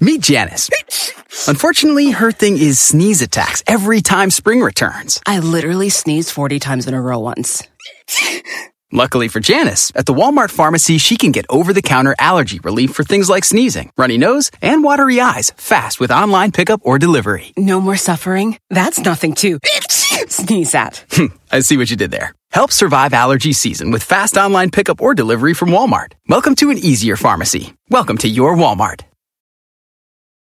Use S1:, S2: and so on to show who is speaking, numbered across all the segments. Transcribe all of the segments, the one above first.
S1: Meet Janice. Unfortunately, her thing is sneeze attacks every time spring returns.
S2: I literally sneezed 40 times in a row once.
S1: Luckily for Janice, at the Walmart pharmacy, she can get over the counter allergy relief for things like sneezing, runny nose, and watery eyes fast with online pickup or delivery.
S2: No more suffering? That's nothing to sneeze at.
S1: Hmm, I see what you did there. Help survive allergy season with fast online pickup or delivery from Walmart. Welcome to an easier pharmacy. Welcome to your Walmart.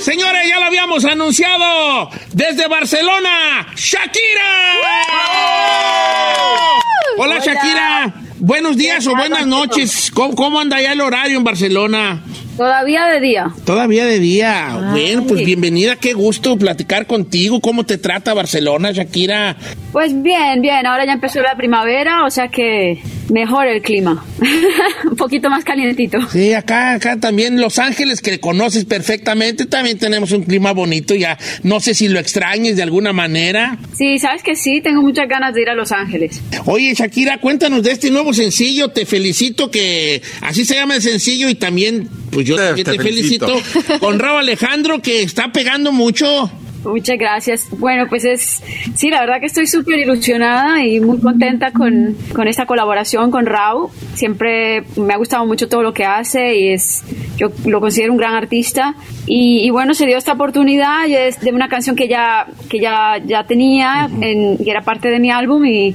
S3: Señores, ya lo habíamos anunciado desde Barcelona, Shakira. Hola, Shakira. Buenos días o buenas noches. ¿Cómo, cómo anda ya el horario en Barcelona?
S4: Todavía de día.
S3: Todavía de día. Bueno, pues bienvenida. Qué gusto platicar contigo. ¿Cómo te trata Barcelona, Shakira?
S4: Pues bien, bien, ahora ya empezó la primavera, o sea que mejor el clima. Un poquito más calientito.
S3: Sí, acá, acá también Los Ángeles, que conoces perfectamente, también tenemos un clima bonito. Ya no sé si lo extrañes de alguna manera.
S4: Sí, sabes que sí, tengo muchas ganas de ir a Los Ángeles.
S3: Oye, Shakira, cuéntanos de este nuevo sencillo. Te felicito que así se llama el sencillo y también, pues yo
S5: Te-
S3: también te,
S5: te
S3: felicito.
S5: felicito.
S3: con Raúl Alejandro que está pegando mucho.
S4: Muchas gracias. Bueno, pues es, sí, la verdad que estoy súper ilusionada y muy contenta con, con esta colaboración con Rau. Siempre me ha gustado mucho todo lo que hace y es, yo lo considero un gran artista. Y, y bueno, se dio esta oportunidad y es de una canción que ya, que ya, ya tenía, en, que era parte de mi álbum y,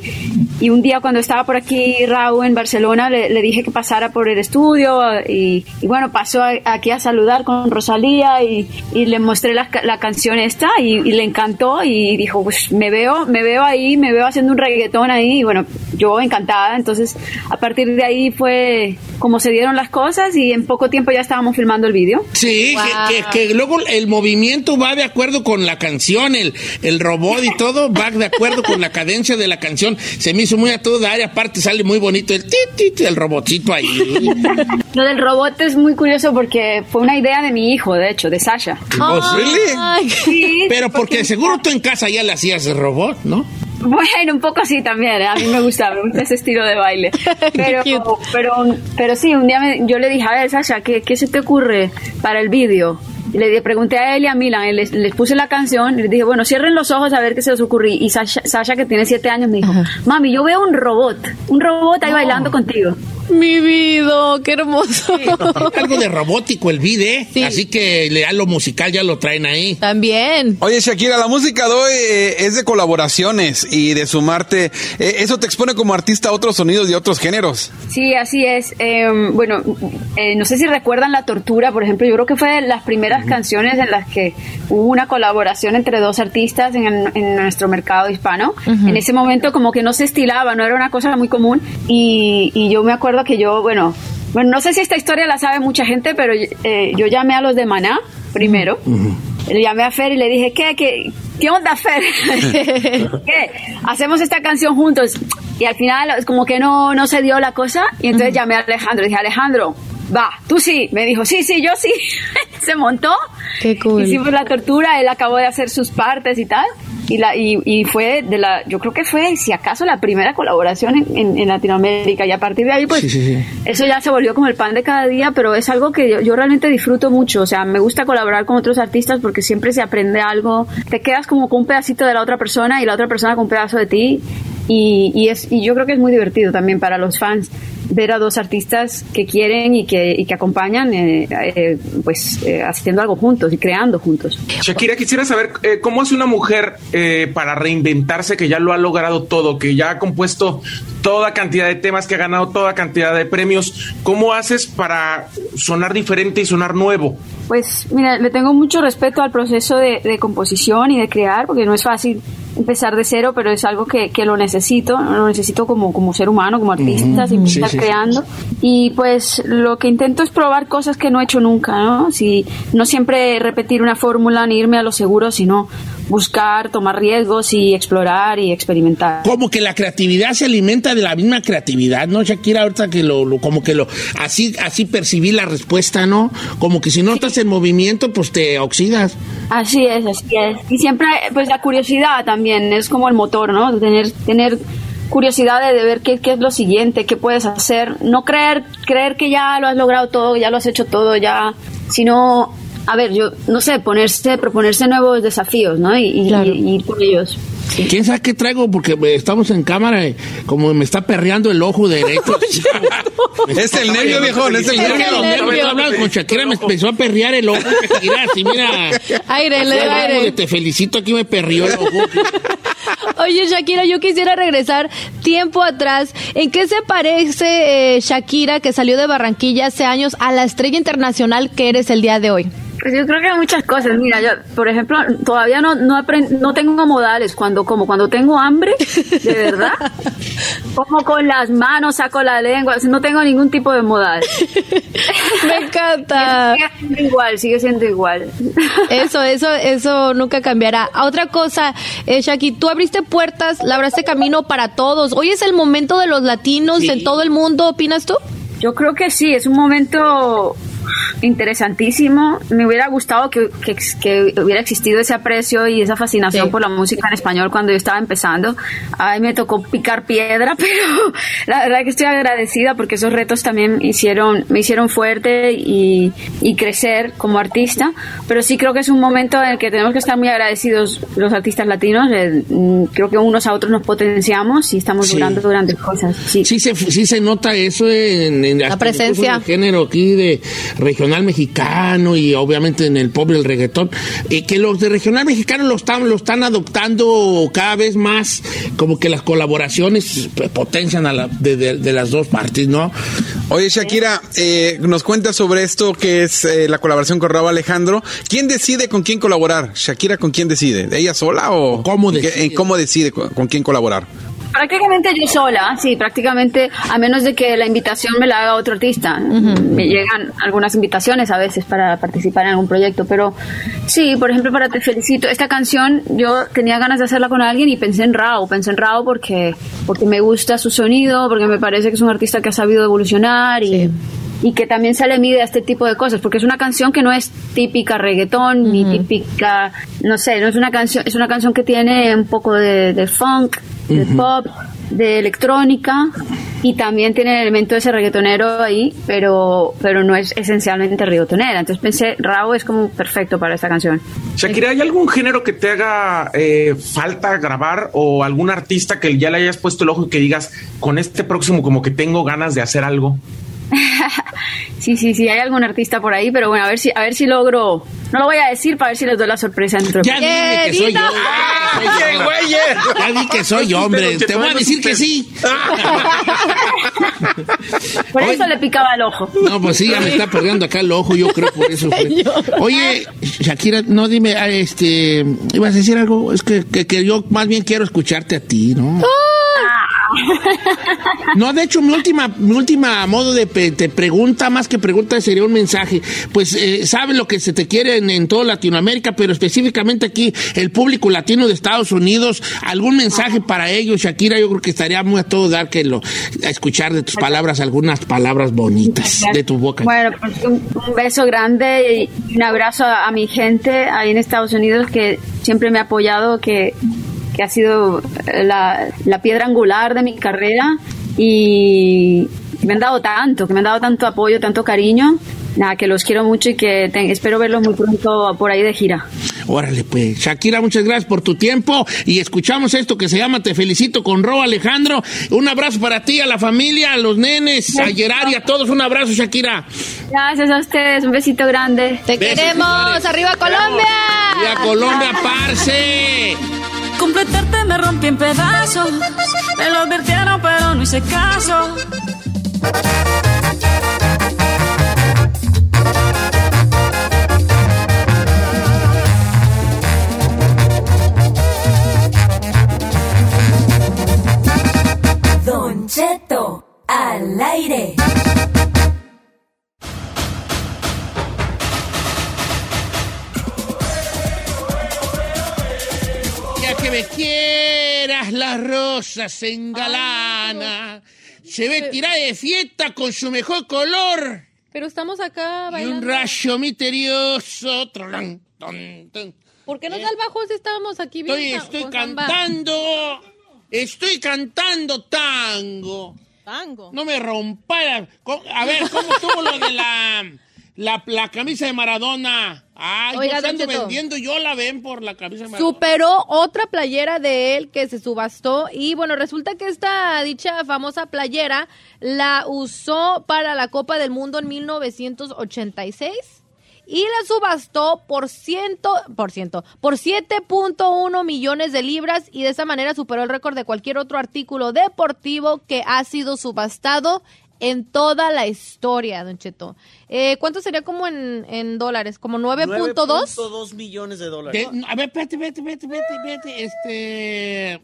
S4: y un día cuando estaba por aquí Raúl en Barcelona le, le dije que pasara por el estudio y, y bueno, pasó a- aquí a saludar con Rosalía y, y le mostré la, ca- la canción esta y, y le encantó y dijo, pues me veo, me veo ahí, me veo haciendo un reggaetón ahí y bueno, yo encantada, entonces a partir de ahí fue como se dieron las cosas y en poco tiempo ya estábamos filmando el vídeo.
S3: Sí, que, que- que luego el movimiento va de acuerdo con la canción, el, el robot y todo va de acuerdo con la cadencia de la canción. Se me hizo muy a toda área, aparte sale muy bonito el ti, ti, ti, el robotito ahí.
S4: Lo del robot es muy curioso porque fue una idea de mi hijo, de hecho, de Sasha. Sí,
S3: Oh, Pero porque seguro tú en casa ya le hacías el robot, ¿no?
S4: Bueno, un poco sí también, ¿eh? a mí me gusta, me gusta ese estilo de baile. Pero, pero, pero sí, un día me- yo le dije, a ver, Sasha, ¿qué, qué se te ocurre para el vídeo? Y Le di- pregunté a él y a Milan, y les, les puse la canción y les dije, bueno, cierren los ojos a ver qué se les ocurrió. Y Sasha, Sasha, que tiene siete años, me dijo, mami, yo veo un robot, un robot ahí bailando contigo.
S6: Mi vida, qué hermoso.
S3: Algo de robótico el video, ¿eh?
S6: Sí.
S3: así que le- a lo musical ya lo traen ahí.
S6: También.
S5: Oye, Shakira, la música de hoy eh, es de colaboraciones y de sumarte. Eh, eso te expone como artista a otros sonidos y a otros géneros.
S4: Sí, así es. Eh, bueno, eh, no sé si recuerdan La Tortura, por ejemplo. Yo creo que fue de las primeras canciones en las que hubo una colaboración entre dos artistas en, en nuestro mercado hispano. En ese momento como que no se estilaba, no era una cosa muy común. Y, y yo me acuerdo que yo, bueno, bueno, no sé si esta historia la sabe mucha gente, pero eh, yo llamé a los de Maná primero.
S7: Pues,
S4: Le llamé a Fer y le dije, ¿qué? ¿Qué, qué onda, Fer? ¿Qué? Hacemos esta canción juntos. Y al final, como que no, no se dio la cosa. Y entonces llamé a Alejandro. Le dije, Alejandro, va, tú sí. Me dijo, sí, sí, yo sí. se montó.
S6: Qué cool.
S4: Hicimos la tortura. Él acabó de hacer sus partes y tal. Y, la, y, y fue de la, yo creo que fue, si acaso, la primera colaboración en, en- en Latinoamérica. Y a partir de ahí, pues,
S3: Sí, sí, sí.
S4: eso ya se volvió como el pan de cada día, pero es algo que yo, yo realmente disfruto mucho. O sea, me gusta colaborar con otros artistas porque siempre se aprende algo. Te quedas como con un pedacito de la otra persona y la otra persona con un pedazo de ti. Y, y es, y yo creo que es muy divertido también para los fans ver a dos artistas que quieren y que, y que acompañan, eh, eh, pues eh, haciendo algo juntos y creando juntos.
S8: Shakira, quisiera saber eh, cómo hace una mujer eh, para reinventarse que ya lo ha logrado todo, que ya ha compuesto toda cantidad de temas, que ha ganado toda cantidad de premios. ¿Cómo haces para sonar diferente y sonar nuevo?
S4: Pues mira, le tengo mucho respeto al proceso de, de composición y de crear, porque no es fácil empezar de cero, pero es algo que, que lo necesito, lo necesito como, como ser humano, como artista, siempre
S3: sí,
S4: estar
S3: sí, sí.
S4: creando. Y pues lo que intento es probar cosas que no he hecho nunca, ¿no? Si, no siempre repetir una fórmula ni irme a lo seguro, sino buscar, tomar riesgos y explorar y experimentar.
S3: Como que la creatividad se alimenta de la misma creatividad, ¿no, Shakira? Ahorita que lo, lo- como que lo, así, así percibí la respuesta, ¿no? Como que si no estás en movimiento, pues te oxidas.
S4: Así es, así es. Y siempre, pues la curiosidad también es como el motor, ¿no? Tener, tener curiosidad de, de ver qué, qué es lo siguiente, qué puedes hacer. No creer, creer que ya lo has logrado todo, ya lo has hecho todo, ya, sino, a ver, yo, no sé, ponerse, proponerse nuevos desafíos, ¿no? Y, y-
S6: Claro.
S4: y- y ir por ellos.
S3: ¿Quién sabe qué traigo? Porque eh, estamos en cámara, eh, como me está perreando el ojo derecho.
S5: Es el nervio, viejón, es el
S6: Es el
S5: nervio.
S6: nervio.
S3: Estaba hablando con Shakira, me empezó a perrear el ojo. Shakira, así, mira.
S6: Aire, le
S3: Así,
S6: da
S3: algo de
S6: aire.
S3: Te felicito, aquí me perrió el ojo.
S6: Oye, Shakira, yo quisiera regresar tiempo atrás. ¿En qué se parece eh, Shakira, que salió de Barranquilla hace años, a la estrella internacional que eres el día de hoy?
S4: Pues yo creo que hay muchas cosas. Mira, yo, por ejemplo, todavía no no, apren- no tengo modales cuando como cuando tengo hambre, de verdad. Como con las manos, saco la lengua, o sea, no tengo ningún tipo de modal.
S6: Me encanta.
S4: Sigue siendo igual, sigue siendo igual.
S6: Eso, eso, eso nunca cambiará. A Otra cosa, eh, Shaki, tú abriste puertas, labraste camino para todos. Hoy es el momento de los latinos en todo el mundo, ¿opinas tú?
S4: Yo creo que sí, es un momento interesantísimo. Me hubiera gustado que, que- que hubiera existido ese aprecio y esa fascinación
S6: Sí.
S4: por la música en español cuando yo estaba empezando. Ay, me tocó picar piedra, pero la verdad que estoy agradecida porque esos retos también hicieron, me hicieron fuerte y, y crecer como artista. Pero sí creo que es un momento en el que tenemos que estar muy agradecidos los artistas latinos. Eh, mm, creo que unos a otros nos potenciamos y estamos
S3: Sí.
S4: logrando grandes cosas. Sí.
S3: Sí se, sí se nota eso en, en hasta incluso
S6: presencia.
S3: en el género aquí de regional mexicano y obviamente en el pop y el reggaetón, eh, que los de regional mexicano lo están, lo están adoptando cada vez más, como que las colaboraciones eh, potencian a la- de, de- de las dos partes, ¿no?
S5: Oye, Shakira, eh, nos cuenta sobre esto que es eh, la colaboración con Raúl Alejandro. ¿Quién decide con quién colaborar? Shakira, ¿con quién decide? ¿Ella sola o
S3: ¿Cómo
S5: en qué-
S3: decide?
S5: en ¿Cómo decide con, con quién colaborar?
S4: Prácticamente yo sola, sí, prácticamente, a menos de que la invitación me la haga otro artista. Me llegan algunas invitaciones a veces para participar en algún proyecto, pero sí, por ejemplo, para Te Felicito, esta canción yo tenía ganas de hacerla con alguien y pensé en Rao, pensé en Rao porque, porque me gusta su sonido, porque me parece que es un artista que ha sabido evolucionar y...
S6: Sí.
S4: Y que también se le mide a este tipo de cosas, porque es una canción que no es típica reggaetón, ni típica, no sé, no es una canción, es una canción que tiene un poco de, de funk, de pop, de electrónica y también tiene el elemento de ese reggaetonero ahí, pero pero no es esencialmente reggaetonera. Entonces pensé, Rao es como perfecto para esta canción.
S8: Shakira, ¿hay algún género que te haga eh, falta grabar o algún artista que ya le hayas puesto el ojo y que digas con este próximo como que tengo ganas de hacer algo?
S4: Sí, sí, sí, hay algún artista por ahí, pero bueno, a ver si a ver si logro. No lo voy a decir para ver si les doy la sorpresa dentro. de-
S3: Ya dije que soy yo.
S6: dilo.
S3: Ya di que soy
S8: Pero,
S3: hombre, te
S8: Cheto,
S3: voy a
S8: no es
S3: decir que
S8: usted.
S3: sí.
S4: Por eso
S3: Oye.
S4: le picaba el ojo.
S3: No, pues sí, ya me está perdiendo acá el ojo, yo creo por eso. fue. Oye, Shakira, no dime, ah, este, ibas a decir algo, es que, que- que yo más bien quiero escucharte a ti, ¿no? No, de hecho, mi última, mi última modo de, pe- de pregunta, más que pregunta, sería un mensaje. Pues eh, sabe lo que se te quiere en, en toda Latinoamérica, pero específicamente aquí, el público latino de Estados Unidos, algún mensaje para ellos, Shakira, yo creo que estaría muy a todo dar que lo, a escuchar de tus palabras, algunas palabras bonitas de tu boca.
S4: Bueno, pues un, un beso grande y un abrazo a, a mi gente ahí en Estados Unidos que siempre me ha apoyado, que, que ha sido eh, la, la piedra angular de mi carrera y que me han dado tanto, que me han dado tanto apoyo, tanto cariño. Nada, que los quiero mucho y que te- espero verlos muy pronto por ahí de gira.
S3: Órale, pues. Shakira, muchas gracias por tu tiempo y escuchamos esto que se llama Te felicito con Ro Alejandro. Un abrazo para ti, a la familia, a los nenes, a Gerard y a todos. Un abrazo, Shakira.
S4: Gracias a ustedes, un besito grande.
S6: Te
S3: Besos,
S6: queremos,
S3: señores.
S6: arriba
S3: Y a
S6: Colombia.
S3: Colombia, parce.
S9: Completarte me rompí en pedazos. Me lo advirtieron, pero no hice caso.
S7: al aire.
S3: Ya que me quieras las rosas se engalana. Se ve tirar de fiesta con su mejor color.
S6: Pero estamos
S3: Y
S6: acá
S3: un
S6: bailando.
S3: rayo misterioso. trolán, ton, ton.
S6: ¿Por qué no da el bajo si estábamos aquí bien?
S3: Eh, Estoy,
S6: sa-
S3: estoy
S6: con samba?
S3: cantando. Estoy cantando tango.
S10: Tango.
S3: No me rompa la- co- A ver, ¿cómo estuvo lo de la, la, la camisa de Maradona? Ay, yo
S6: Oiga,
S3: se
S6: don
S3: ando
S6: Cheto.
S3: vendiendo, yo la ven por la camisa de Maradona.
S6: Superó otra playera de él que se subastó y bueno, resulta que esta dicha famosa playera la usó para la Copa del Mundo en 1986 y la subastó por ciento, por ciento, por 7.1 millones de libras y de esa manera superó el récord de cualquier otro artículo deportivo que ha sido subastado en toda la historia, Don Cheto. Eh, ¿Cuánto sería como en, en dólares? ¿Como 9.2?
S11: 9.2 millones de dólares.
S3: De- a ver, espérate, espérate, espérate, espérate, espérate, Este.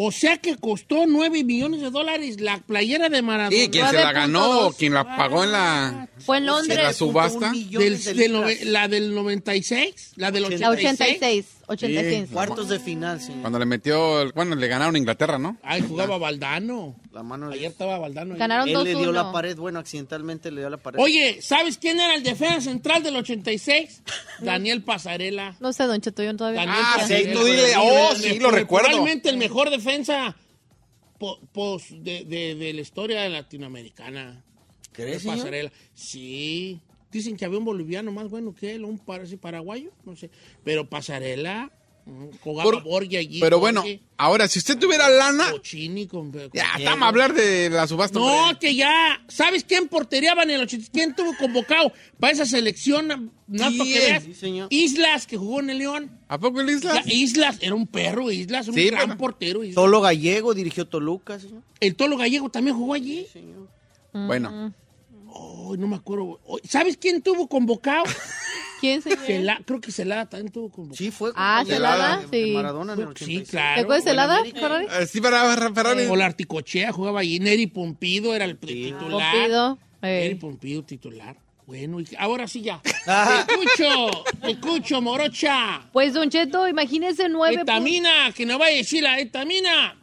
S3: O sea que costó 9 millones de dólares la playera de Maradona.
S5: Y quien se la ganó, quien la pagó en la.
S6: Ah, Fue en Londres.
S5: ¿En la subasta?
S3: Del- del nove- la del 96, la del 86.
S6: La 86, 86.
S5: Sí.
S11: Cuartos de final, señor.
S5: Cuando le metió. el- Bueno, le ganaron a Inglaterra, ¿no?
S3: Ay, jugaba Valdano.
S11: La mano
S3: Ayer estaba Valdano. ahí.
S6: Ganaron
S11: Él le dio
S6: 2-1.
S11: la pared, bueno, accidentalmente le dio la pared.
S3: Oye, ¿sabes quién era el defensa central del 86? Daniel Pasarela.
S6: No sé, Don Cheto, yo todavía
S3: Daniel
S5: Ah, sí,
S3: Pasarela
S5: tú dile,
S3: fue
S5: oh,
S3: el-
S5: sí,
S3: el-
S5: lo recuerdo.
S3: Realmente el mejor defensa po- pos- de, de- de la historia latinoamericana.
S11: ¿Crees,
S3: Daniel
S11: señor?
S3: Pasarela. Sí. Dicen que había un boliviano más bueno que él, un par- sí, paraguayo, no sé. Pero Pasarela mm, jugaba
S5: Por-
S3: Borgia allí.
S5: Pero bueno,
S3: Borgia,
S5: ahora, si usted tuviera lana.
S3: Cochini con- con-
S5: Ya, Ah, estamos a hablar de la subasta.
S3: No,
S5: hombre.
S3: que ya. ¿Sabes quién porteriaba en el 80? ¿Quién tuvo convocado para esa selección? Nada más para que
S5: ¿Quién?
S3: veas.
S11: Sí, señor.
S3: Islas, que jugó en el León.
S5: ¿A poco el
S3: Ya,
S5: Islas?
S3: Islas, era un perro, Islas, un
S5: Sí,
S3: gran
S5: pero-
S3: portero. Islas.
S11: Tolo Gallego dirigió Toluca, señor.
S3: El Tolo Gallego también jugó allí.
S11: Señor.
S5: Bueno,
S3: Ay, no me acuerdo. Ay, ¿Sabes quién tuvo convocado?
S6: ¿Quién se
S3: Cela- creo que Celada también tuvo convocado.
S11: Sí, fue.
S6: Ah,
S11: con-
S6: Celada,
S11: de- de
S6: sí.
S11: Maradona en el
S3: Sí,
S11: 86.
S3: claro.
S6: ¿Te acuerdas
S3: O el
S6: de Celada,
S3: América-
S6: Ferrari?
S5: eh, sí, para para Ferrari.
S3: O la Articochea jugaba allí. Neri Pompido era el titular.
S6: Pompido, eh.
S3: Neri Pompido, titular. Bueno, y que- ahora sí ya. Te escucho, te escucho, morocha.
S6: Pues, Don Cheto, imagínese nueve. pu-
S3: Etamina, que nos va a decir la etamina.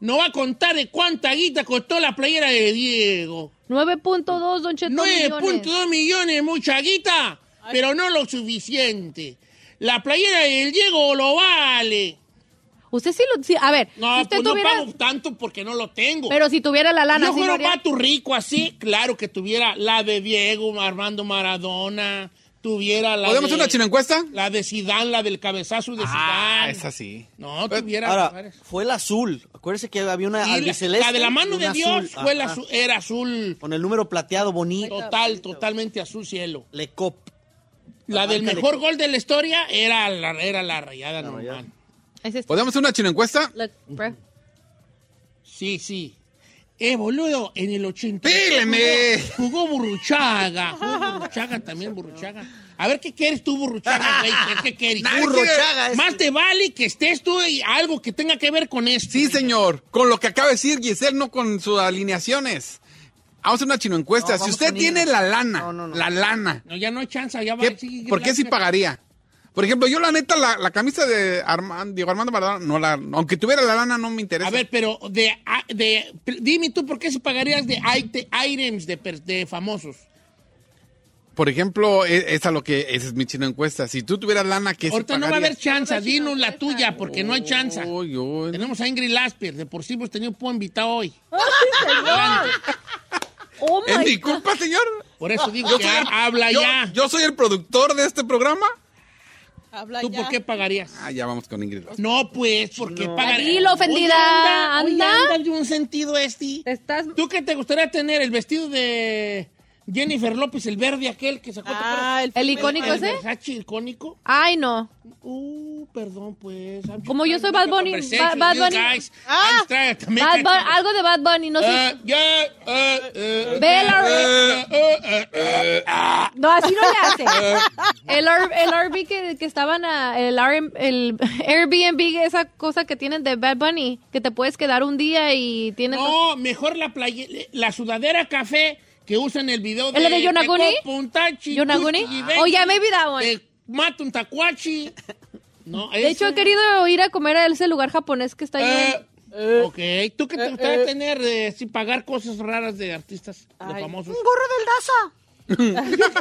S3: No va a contar de cuánta guita costó la playera de Diego.
S6: 9.2, Don Cheto. millones.
S3: 9.2 millones, mucha guita, pero no lo suficiente. La playera del Diego lo vale.
S6: Usted sí lo. sí, a ver, si
S3: No,
S6: usted
S3: pues
S6: tuviera.
S3: no pago tanto porque no lo tengo.
S6: pero si tuviera la lana,
S3: yo
S6: sí
S3: fuera
S6: lo
S3: un
S6: haría.
S3: vato rico así, claro que tuviera la de Diego, Armando Maradona, tuviera la
S5: ¿Podemos
S3: de...
S5: hacer una chino encuesta?
S3: La de Sidán, la del cabezazo de Sidán.
S5: Ah, esa sí.
S3: No, tuviera...
S11: Ahora, fue el azul. Acuérdese que había una
S3: Y la,
S11: albiceleste.
S3: la de la mano
S11: y
S3: de
S11: una
S3: Dios
S11: azul.
S3: fue la
S11: Ajá.
S3: azu- era azul
S11: Con el número plateado bonito.
S3: total, totalmente azul cielo.
S11: Le cop.
S3: La del
S11: marca de-
S3: mejor gol de la historia era la, era la rayada normal.
S6: Es este.
S5: ¿Podemos hacer una chino encuesta?
S6: Look, bro.
S3: Sí, sí. Eh, boludo, en el 80.
S5: Píleme.
S3: Jugó Burruchaga. Jugó Burruchaga también, Burruchaga. A ver, ¿qué quieres tú, Burruchaga? güey? ¿Qué quieres?
S11: Nadie quiere- Burruchaga, este.
S3: Más te vale que estés tú y algo que tenga que ver con esto.
S5: Sí, señor. Con lo que acaba de decir Giselle, no con sus alineaciones. Vamos a hacer una chino encuesta.
S11: No,
S5: si
S11: vamos
S5: usted
S11: con
S5: tiene
S11: ella.
S5: la lana,
S11: No, no, no.
S5: la lana,
S3: No, ya no hay chance, ya va.
S5: ¿qué-
S3: Ah, sí,
S5: ¿por qué si pagaría? Por ejemplo, yo la neta, la, la camisa de Armando, Diego Armando Maradona, no la, aunque tuviera la lana, no me interesa.
S3: A ver, pero de, a- Ah, de- dime tú por qué se pagarías de ite- items de, per- de famosos.
S5: Por ejemplo, e- esa es lo que esa es mi chino encuesta. Si tú tuvieras lana, ¿qué se
S3: Ahorita no va a
S5: pagaría?
S3: haber chanza, dinos la tuya, porque no hay chanza.
S5: Uy, uy.
S3: Tenemos a Ingrid Lasper, de por sí hemos tenido un invitado hoy.
S6: Oh
S5: Es
S6: my
S5: mi culpa, señor.
S3: Por eso digo
S5: Yo
S3: que
S5: soy el-
S3: ha- habla
S5: yo-
S3: ya.
S5: Yo soy el productor de este programa.
S10: Habla
S3: ¿Tú
S10: ya.
S3: por qué pagarías?
S5: Ah, ya vamos con Ingrid.
S3: No, pues, ¿por qué pagarías?
S6: Dilo,
S3: Oye,
S6: ofendida,
S3: anda,
S6: anda.
S3: oye, anda de un sentido este.
S6: Te estás.
S3: ¿Tú qué te gustaría tener? ¿El vestido de, Jennifer López, el verde aquel que sacó.
S6: Ah, el- ¿El icónico ese?
S3: Versace icónico.
S6: Ay, no.
S3: Uh, perdón, pues.
S6: Como yo soy Bad Bunny. Ba-
S3: Conversation,
S6: Bad
S3: you
S6: Bunny.
S3: guys.
S6: Ah,
S3: I'm trying to make
S6: Bad
S3: it.
S6: Bun- algo de Bad Bunny, no sé.
S3: Eh, yeah, eh, eh,
S6: Bella
S3: eh, eh, eh, eh, ah.
S6: No, así no le hace. El, Ar- el RB que, que estaban, a- el, Ar- el Airbnb, esa cosa que tienen de Bad Bunny, que te puedes quedar un día y tienen...
S3: No, mejor la playe- la sudadera café que usa en el video de...
S6: ¿El de Yonaguni?
S3: Te copo un tachi,
S6: ¿Yonaguni?
S3: tuchi,
S6: Oh, yeah, maybe that one.
S3: Te mato un tacuachi. No,
S6: de hecho, he querido ir a comer a ese lugar japonés que está ahí.
S3: Ah,
S6: en-
S3: ok, ¿tú qué te gustaría tener eh, sin pagar cosas raras de artistas, de famosos?
S11: Un gorro del Daza.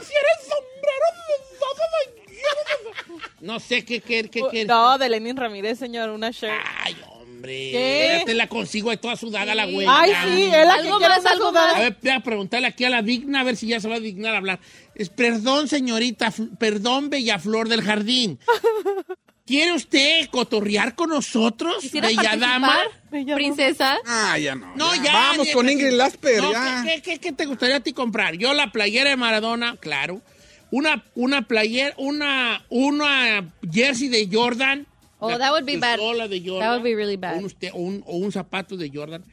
S3: No sé qué qué qué, qué-
S10: Oh, No, de Lenin Ramírez, señor, una shirt.
S6: Eh,
S3: hombre.
S10: ¿Qué?
S3: Ya Te la consigo ahí toda sudada la güey.
S10: Ay, sí, es la
S6: Algo
S10: que quiero
S6: más,
S10: una
S6: algo
S10: sudadera.
S3: A ver, voy a preguntarle aquí a la digna, a ver si ya se va a dignar a hablar. Es, perdón, señorita, Fl- perdón, bella flor del jardín. ¿Quiere usted cotorrear con nosotros,
S6: ¿Quisiera
S3: bella dama?
S6: participar, princesa?
S5: Ah, ya no.
S3: No, ya.
S5: Vamos
S3: ya,
S5: con
S3: ya,
S5: Ingrid
S3: sí.
S5: Lasper,
S3: No,
S5: ya.
S3: ¿qué, qué, qué, qué te gustaría a ti comprar? Yo la playera de Maradona, claro. Una, una playera, una, una jersey de Jordan.
S6: Oh,
S3: La
S6: that would be bad.
S3: pistola de Jordan.
S6: That would be really bad.
S3: Un usted- o un- o un zapato de Jordan.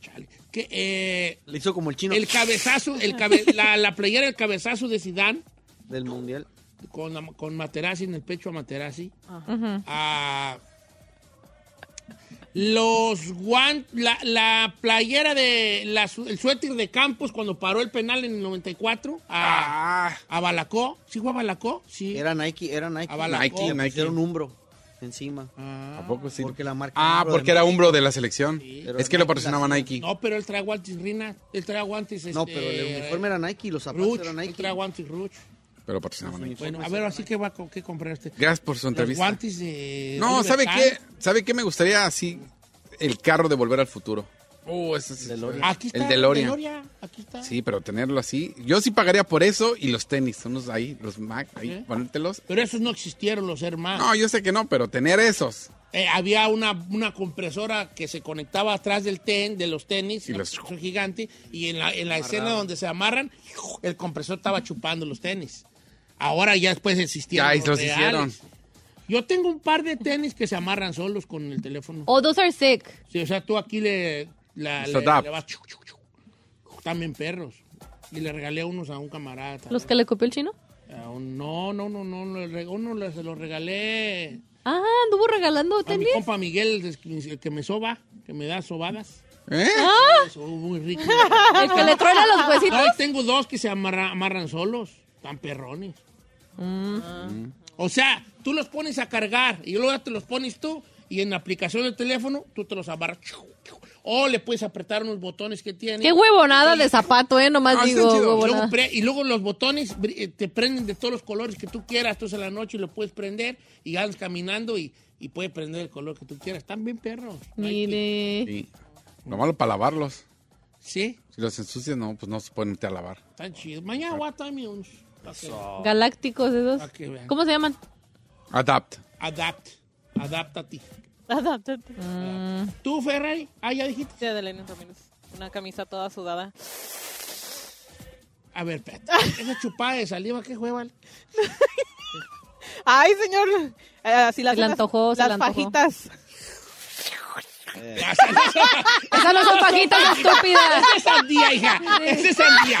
S3: Chale. Que, eh,
S11: Le hizo como el chino
S3: el cabezazo, el cabe- la, la playera, el cabezazo de Sidán
S11: del mundial.
S3: con, la- con Materazzi en el pecho a Materazzi.
S6: Ujú.
S3: Ah, los guan, la, la playera de la su- el suéter de Campos cuando paró el penal en el 94 a,
S5: Ah,
S3: a Balacó. ¿Sí jugó a Balacó? Sí.
S11: Era Nike, era Nike.
S3: Ah, va, la- Ah,
S5: Nike,
S11: Le
S5: Nike.
S11: pusieron umbro encima.
S5: ¿a poco sí?
S11: Porque la marca.
S5: Ah,
S11: Umbro de-
S5: porque era hombro de la selección.
S11: Pero
S5: Es que lo patrocinaba Nike.
S3: No, pero él trae guantes Rina, él trae guantes
S11: No,
S3: este,
S11: pero el uniforme era Nike y los zapatos
S3: Ruch,
S11: eran
S3: él trae
S11: Nike.
S3: guantes Ruch.
S5: Pero patrocinaba Nike.
S3: Bueno, a ver, así que va a co- qué comprar este.
S5: Gracias por su
S3: Los
S5: entrevista.
S3: guantes de
S5: No,
S3: Oliver
S5: ¿sabe
S3: Kahn.
S5: qué? ¿Sabe qué me gustaría así? El carro de Volver al Futuro. Oh, ese sí.
S3: Aquí está
S5: El DeLorean.
S3: DeLorean, Aquí está.
S5: Sí, pero tenerlo así. Yo sí pagaría por eso y los tenis. Unos ahí, los Mac, ahí,
S3: ¿Eh?
S5: ponértelos.
S3: Pero esos no existieron los hermanos.
S5: No, yo sé que no, pero tener esos.
S3: Eh, había una, una compresora que se conectaba atrás del ten, de los tenis,
S5: Y
S3: una
S5: los-
S3: compresora gigante, y en la, en la escena donde se amarran, el compresor estaba chupando los tenis. Ahora ya después existían.
S5: Ya, y los hicieron.
S3: Yo tengo un par de tenis que se amarran solos con el teléfono.
S6: Oh, those are sick.
S3: Sí, o sea, tú aquí le, la,
S5: Los
S3: le,
S5: adapt.
S3: le vas chuc, chuc, chuc. También perros. Y le regalé unos a un camarada. también.
S6: ¿Los que le copió el chino?
S3: A un- no, no, no, no, le reg- uno le- se los regalé
S6: Ah, anduvo regalando
S3: a mi
S6: tenis.
S3: compa Miguel, el que me soba, que me da sobadas.
S5: ¿Eh?
S6: Ah.
S3: Eso, muy rico.
S6: El que le truena los huesitos.
S3: No, y tengo dos que se amarra- amarran solos, tan perrones.
S6: Mm.
S3: O sea, tú los pones a cargar y luego te los pones tú y en la aplicación del teléfono tú te los amarras. Chau, chau. O le puedes apretar unos botones que tiene.
S6: Qué huevonada de zapato, eh, nomás
S5: Ah,
S6: digo
S5: están chidos.
S3: Y
S6: huevonada.
S3: luego, pre- y luego los botones bri- eh, te prenden de todos los colores que tú quieras. Tú en la noche lo puedes prender y andas caminando y, y puedes prender el color que tú quieras. Están bien perros.
S6: Mire.
S5: Sí. Lo malo para lavarlos.
S3: Sí,
S5: Si los ensucias, no, pues no se pueden meter a lavar.
S3: están chidos. Mañana voy a traerme unos. para que-
S6: Galácticos esos.
S3: para que vean.
S6: ¿Cómo se llaman?
S5: Adapt.
S3: Adapt. Adáptate.
S10: Adáptate.
S3: ¿Tú, Ferrari? Ah, ya dijiste.
S10: Sí, de Lenin Ramírez. Una camisa toda sudada.
S3: A ver, espérate. Esa chupada de saliva, ¿qué juegan?
S10: Ay, señor. Eh, así las,
S6: Se le antojó,
S10: las,
S6: se le antojó.
S10: fajitas.
S6: Esas no son pajitas, estúpidas.
S3: ¡Esa es sandía, hija! ¡Esa es sandía!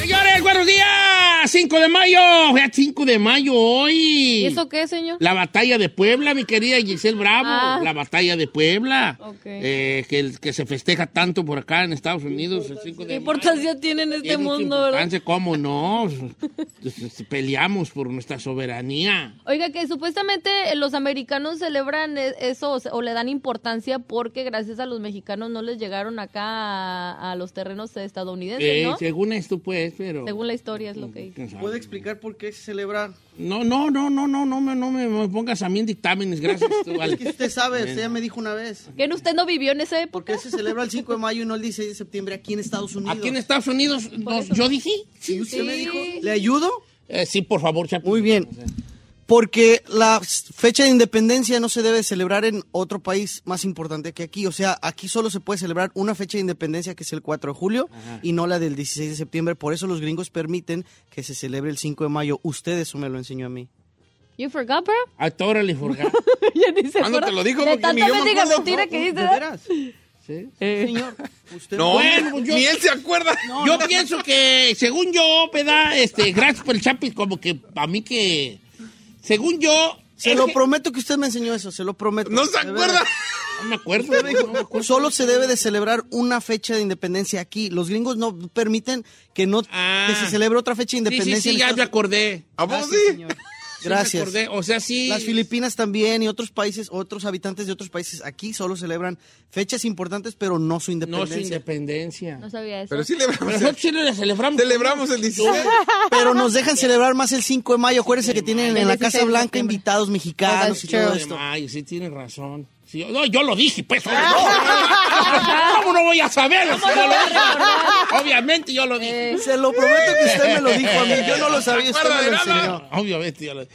S3: Señores, buenos días. 5 de mayo, Vea, 5 de mayo hoy.
S6: ¿Y eso qué, señor?
S3: La batalla de Puebla, mi querida Giselle Bravo.
S6: Ah.
S3: La batalla de Puebla.
S6: Ok.
S3: Eh, que, el- que se festeja tanto por acá en Estados Unidos el 5 de
S6: ¿Qué importancia tiene en este
S3: tiene mucha
S6: mundo, verdad?
S3: importancia, ¿Cómo no? Pues, Peleamos por nuestra soberanía.
S6: Oiga, que supuestamente eh, los americanos celebran e- eso o se- o le dan importancia porque gracias a los mexicanos no les llegaron acá a, a los terrenos estadounidenses,
S3: Eh,
S6: ¿no?
S3: Según esto, pues, pero...
S6: Según la historia es lo que dice.
S11: ¿Puede explicar por qué celebrar?
S3: No, no, no, no, no, no, me- no me, me pongas a mí en dictámenes, gracias. tú, vale.
S11: Es que usted sabe, usted ya me dijo una vez.
S6: ¿Que usted no vivió en esa época?
S11: ¿Por qué se celebra el 5 de mayo y no el 16 de septiembre aquí en Estados Unidos?
S3: Aquí en Estados Unidos, nos- yo dije.
S11: Sí, usted me
S3: Sí. Eh,
S11: dijo. ¿Le ayudo?
S3: sí, por favor, Chapo.
S11: Muy bien. Porque la s- fecha de independencia no se debe celebrar en otro país más importante que aquí. O sea, aquí solo se puede celebrar una fecha de independencia que es el 4 de julio y no la del 16 de septiembre. Por eso los gringos permiten que se celebre el 5 de mayo. Usted eso me lo enseñó a mí.
S6: You forgot, bro?
S3: Hasta ahora le forgot.
S6: ya ni se
S3: ¿Cuándo
S6: acuerda.
S3: Ah, te lo dijo?
S6: De
S3: Porque ni
S6: tanta
S3: yo me
S6: mendiga
S3: acuerdo.
S6: mentira que
S3: No,
S6: dice.
S3: de
S6: ¿verdad?
S11: veras.
S3: Sí.
S11: Señor, usted
S3: No,
S11: Bueno,
S3: pues
S11: yo-
S3: yo- yo pienso que, según yo, ¿verdad? Este, gracias por el Chapo, y como que a mí que... Según yo...
S11: Se
S3: es
S11: lo
S3: que-
S11: prometo que usted me enseñó eso, se lo prometo.
S3: No se
S11: De
S3: acuerda.
S11: veras.
S3: No me acuerdo.
S11: Usted me dijo, Solo se debe de celebrar una fecha de independencia aquí. Los gringos no permiten que no que se celebre otra fecha de
S3: Ah. Sí,
S11: independencia.
S3: sí, sí,
S11: en
S3: ya
S11: Estados-
S3: me acordé. ¿A
S11: vos
S3: sí? me
S11: Gracias.
S3: acordé, O sea, sí.
S11: Las Filipinas también y otros países, otros habitantes de otros países aquí solo celebran fechas importantes, pero no su
S3: No su
S11: independencia.
S3: independencia.
S6: No sabía eso.
S11: Pero sí le-
S3: Pero nosotros sí le celebramos.
S11: Celebramos
S3: el
S11: 16. Pero nos dejan celebrar más el 5 de mayo. Acuérdense que tienen en la
S3: El 16
S11: Casa
S3: de
S11: Blanca
S3: septiembre.
S11: invitados mexicanos y todo
S3: De
S11: esto.
S3: mayo, sí, tienes razón. Sí, yo- no, yo lo dije, pues. hombre, no. ¿Cómo no voy a saber?
S11: ¿Cómo no
S3: Si no lo
S11: vas a
S3: dije.
S11: recordar?
S3: Obviamente yo lo dije.
S11: Se lo prometo que usted me lo dijo a mí, yo no lo sabía, usted me lo
S3: ¿Se acuerda de
S11: enseñó.
S3: nada? Obviamente yo lo,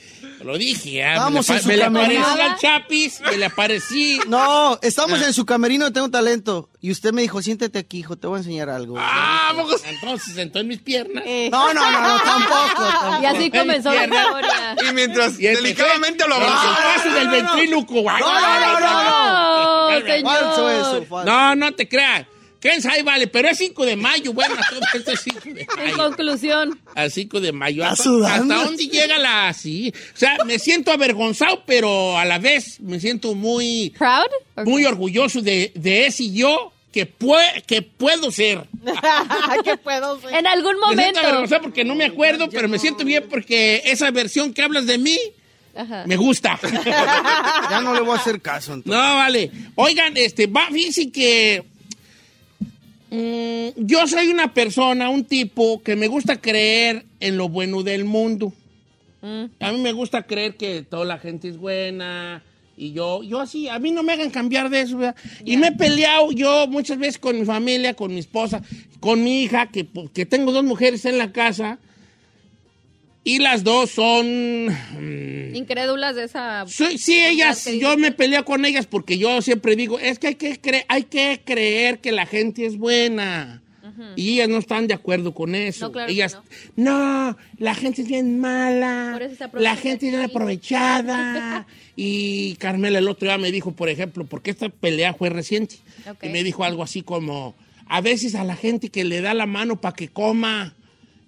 S3: lo dije. ah,
S11: Vamos
S3: me le, pa-
S11: en su
S3: me le aparecí
S11: camerino.
S3: al Chapis, me le aparecí.
S11: No, estamos
S3: Ah.
S11: en su camerino de Tengo Talento. Y usted me dijo, siéntete aquí, hijo, te voy a enseñar algo.
S3: Ah, vamos. Entonces sentó en mis piernas.
S11: No, no, no, no, tampoco, tampoco.
S6: Eh. Y así comenzó la
S3: En piernas.
S6: historia.
S5: Y mientras delicadamente lo
S3: abrazo.
S5: abrazó.
S3: del ventríloco. Ay,
S5: No,
S3: ay,
S5: no,
S3: ay,
S5: no,
S6: no.
S3: ay, ay,
S6: Señor. Falso eso,
S3: No, no te creas. ¿Quién sabe, vale? Pero es 5 de mayo. Bueno, todo esto es 5 de
S6: En
S3: mayo.
S6: conclusión,
S3: Al 5 de mayo.
S11: Está
S3: ¿Hasta,
S11: sudando.
S3: hasta dónde llega la...? Sí. O sea, me siento avergonzado, pero a la vez me siento muy...
S6: ¿proud?
S3: Muy orgulloso de, de ese yo que, pue- que puedo ser.
S10: ¿Qué puedo hacer?
S6: En algún
S3: Me siento
S6: momento.
S3: avergonzado porque no me acuerdo, pero me siento bien porque esa versión que hablas de mí
S6: Ajá.
S3: me gusta.
S11: Ya no le voy a hacer caso. entonces.
S3: No, vale. Oigan, este, va, fíjense que mm, yo soy una persona, un tipo que me gusta creer en lo bueno del mundo. A mí me gusta creer que toda la gente es buena y yo, yo así, a mí no me hagan cambiar de eso, ¿verdad? Y me he peleado yo muchas veces con mi familia, con mi esposa, con mi hija, que, que tengo dos mujeres en la casa y las dos son... mm,
S6: Incrédulas de esa.
S3: Sí, sí, ellas,
S6: que
S3: yo me peleo con ellas porque yo siempre digo, es que hay que, cre- hay que creer que la gente es buena. Y ellas no están de acuerdo con eso.
S6: No, claro que
S3: ellas, no. la gente es bien mala.
S6: Por eso se aprovecha
S3: La gente es bien aprovechada. y Carmela el otro día me dijo, por ejemplo, porque esta pelea fue reciente.
S6: Ok.
S3: Y me dijo algo así como, a veces a la gente que le da la mano para que coma,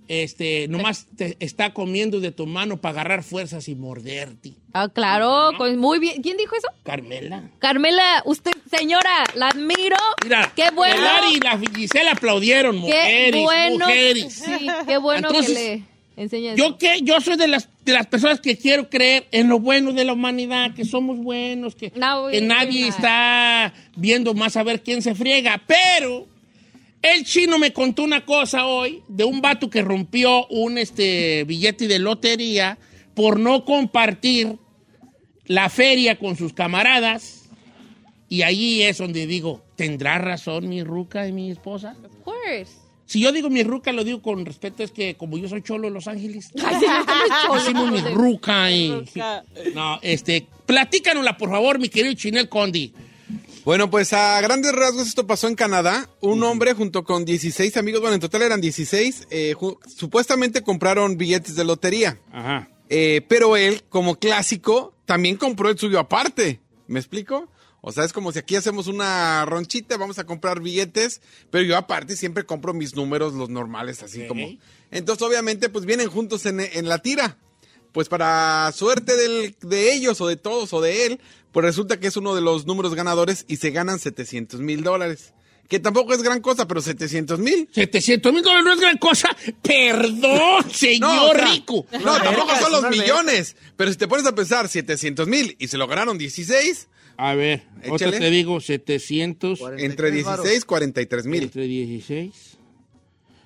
S3: este, nomás te está comiendo de tu mano para agarrar fuerzas y morderte.
S6: Ah, claro, con- muy bien. ¿Quién dijo eso?
S3: Carmela.
S6: Carmela, usted, señora, la admiro.
S3: Mira,
S6: qué bueno.
S3: el Ari y la Gisela aplaudieron,
S6: Qué
S3: mujeres,
S6: bueno.
S3: mujeres.
S6: Sí, qué bueno
S3: Entonces,
S6: que le enseñes.
S3: Yo que yo soy de las de las personas que quiero creer en lo bueno de la humanidad, que somos buenos, que,
S6: No,
S3: que
S6: no,
S3: nadie
S6: no.
S3: está viendo más a ver quién se friega, pero el chino me contó una cosa hoy de un vato que rompió un este billete de lotería por no compartir la feria con sus camaradas. Y ahí es donde digo, ¿tendrá razón mi ruca y mi esposa?
S6: Of course.
S3: Si yo digo mi ruca, lo digo con respeto, es que como yo soy cholo de Los Ángeles,
S6: Ay, sí, no, no es cholo,
S3: decimos mi
S6: no sé.
S3: ruca. y- No, este, platícanosla, por favor, mi querido Chinel Condi.
S5: Bueno, pues a grandes rasgos esto pasó en Canadá. Un hombre junto con 16 amigos, bueno, en total eran 16, eh, ju- supuestamente compraron billetes de lotería.
S3: Ajá.
S5: Eh, pero él, como clásico, también compró el suyo aparte. ¿Me explico? O sea, es como si aquí hacemos una ronchita, vamos a comprar billetes, pero yo aparte siempre compro mis números, los normales, así
S12: Ok.
S5: como. Entonces, obviamente, pues vienen juntos en, en la tira. Pues para suerte del- de ellos o de todos o de él, pues resulta que es uno de los números ganadores y se ganan 700 mil dólares. Que tampoco es gran cosa, pero 700 mil.
S3: 700 mil dólares no es gran cosa. Perdón, señor
S5: o sea,
S3: rico.
S5: No, tampoco
S3: Alberca,
S5: son los
S3: una alberca.
S5: millones. Pero si te pones a pensar, 700 mil y se lo ganaron 16.
S3: A ver, otra
S5: Échale.
S3: te digo, 700.
S5: Entre 16, 43 mil.
S3: Entre 16.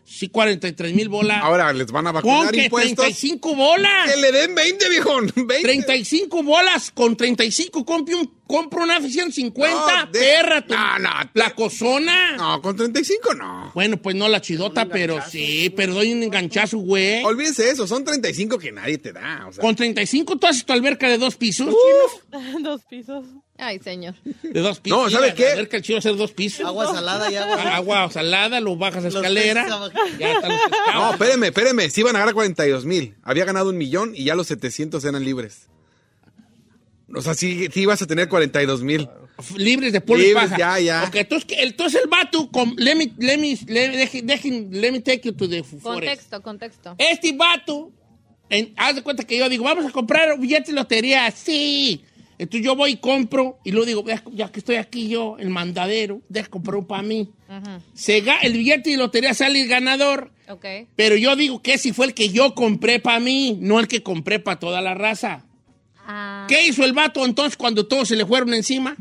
S3: Sí, 43 mil bolas.
S5: Ahora les van a
S3: ¿Con
S5: vacunar
S3: qué?
S5: impuestos.
S3: 35 bolas.
S5: Que le den 20, viejón.
S3: 35 bolas con 35. Compro, un, compro una afición 50.
S5: No, de-
S3: perra, tu-
S5: No, no,
S3: La cozona.
S5: No, con 35 no.
S3: Bueno, pues no la chidota, pero sí, pero doy un enganchazo, güey.
S5: Olvídense eso, son 35 que nadie te da. o sea. Uh.
S3: Con 35 tú haces tu alberca de dos pisos.
S6: Dos pisos. Ay, señor.
S3: De dos pisos.
S5: No, ¿sabe
S3: La-
S5: qué?
S3: La alberca chido hacer dos pisos.
S11: Agua salada y agua-
S3: Ah, Agua salada, lo bajas a
S11: Los
S3: escalera.
S11: peces abajo.
S3: Ya están los pescados.
S5: No, espéreme, espéreme. Sí iban a ganar 42 mil. Había ganado un millón y ya los 700 eran libres. O sea, sí, sí ibas a tener 42 mil.
S3: libres de polvo y
S5: Libres, ya,
S3: paja.
S5: ya.
S3: Ok, entonces, que- entonces el vato, con, let, me, let, me, let, me- deje- dejen- let me take you to the forest.
S6: Contexto, contexto.
S3: Este vato, en- haz de cuenta que yo digo, vamos a comprar un billete de lotería, sí. Entonces yo voy y compro, y luego digo, "Ya- ya que estoy aquí yo, el mandadero, deja comprar un para mí.
S6: Ajá.
S3: Se ga- el billete de lotería sale el ganador,
S6: Ok.
S3: pero yo digo que si fue el que yo compré para mí, no el que compré para toda la raza. ¿Qué hizo el vato entonces cuando todos se le fueron encima?